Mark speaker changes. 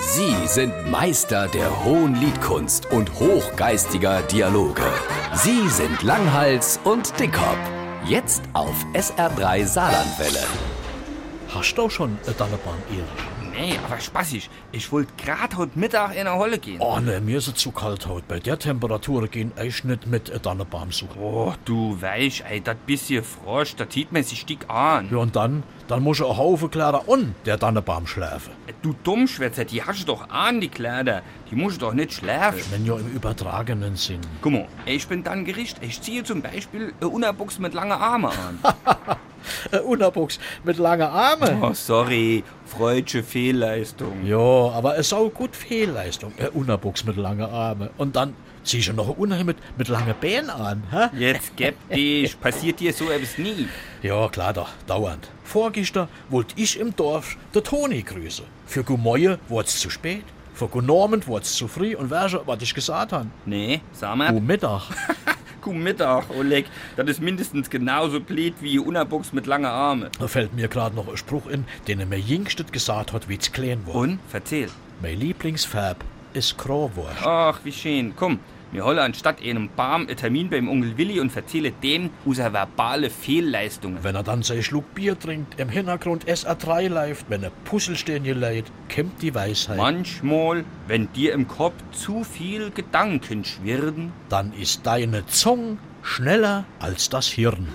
Speaker 1: Sie sind Meister der hohen Liedkunst und hochgeistiger Dialoge. Sie sind Langhals und Dickhop. Jetzt auf SR3 Saarlandwelle.
Speaker 2: Hast du schon eine Dallerbahn, Erich?
Speaker 3: Nee, aber spaßig. Ich wollte grad heute Mittag in der Holle gehen.
Speaker 2: Oh ne, mir ist es zu kalt heute. Bei der Temperatur gehen echt nicht mit einer Dallerbahn suchen.
Speaker 3: Oh, du weich, ey, dat bisschen Frosch, dat hielt man sich dick an.
Speaker 2: Ja, und dann? Dann muss ich einen Haufen Kleider und der Dallerbahn schlafen.
Speaker 3: Du Dummschwätzer, die hast du doch an, die Kleider. Die musst du doch nicht schlafen.
Speaker 2: Wenn ja im übertragenen Sinn.
Speaker 3: Guck mal, ich bin dann Gericht. Ich ziehe zum Beispiel eine Unabuchs mit langen Armen an.
Speaker 2: Äh, Unterbuchs mit langen Armen.
Speaker 3: oh, sorry, freudsche Fehlleistung.
Speaker 2: Ja, aber eine sau gut Fehlleistung. Äh, Unterbuchs mit langen Armen. Und dann ziehst du noch ein Unheim mit, mit langen Beinen an. Hä?
Speaker 3: Jetzt geb dich, passiert dir so etwas nie.
Speaker 2: Ja, klar doch, dauernd. Vorgestern wollte ich im Dorf der Toni grüßen. Für Gumoje wurd's zu spät, für Gunormend wurd's zu früh und weißt du, was ich gesagt habe?
Speaker 3: Nee, sag mal.
Speaker 2: Du Mittag.
Speaker 3: Guck Mittag, Oleg. Das ist mindestens genauso blöd wie Unabuchs mit langen Armen.
Speaker 2: Da fällt mir gerade noch ein Spruch in, den mir jüngstet gesagt hat, wie's klein war.
Speaker 3: Und? Verzähl.
Speaker 2: Mein Lieblingsfarb ist Krawurst.
Speaker 3: Ach, wie schön. Komm, wir holen anstatt einem Baum einen Termin beim Onkel Willi und erzähle dem unsere verbale Fehlleistungen.
Speaker 2: Wenn er dann sein Schluck Bier trinkt, im Hintergrund SR3 läuft, wenn er Puzzlesteinchen leiht, kommt die Weisheit.
Speaker 3: Manchmal, wenn dir im Kopf zu viel Gedanken schwirren,
Speaker 2: Dann ist deine Zunge schneller als das Hirn.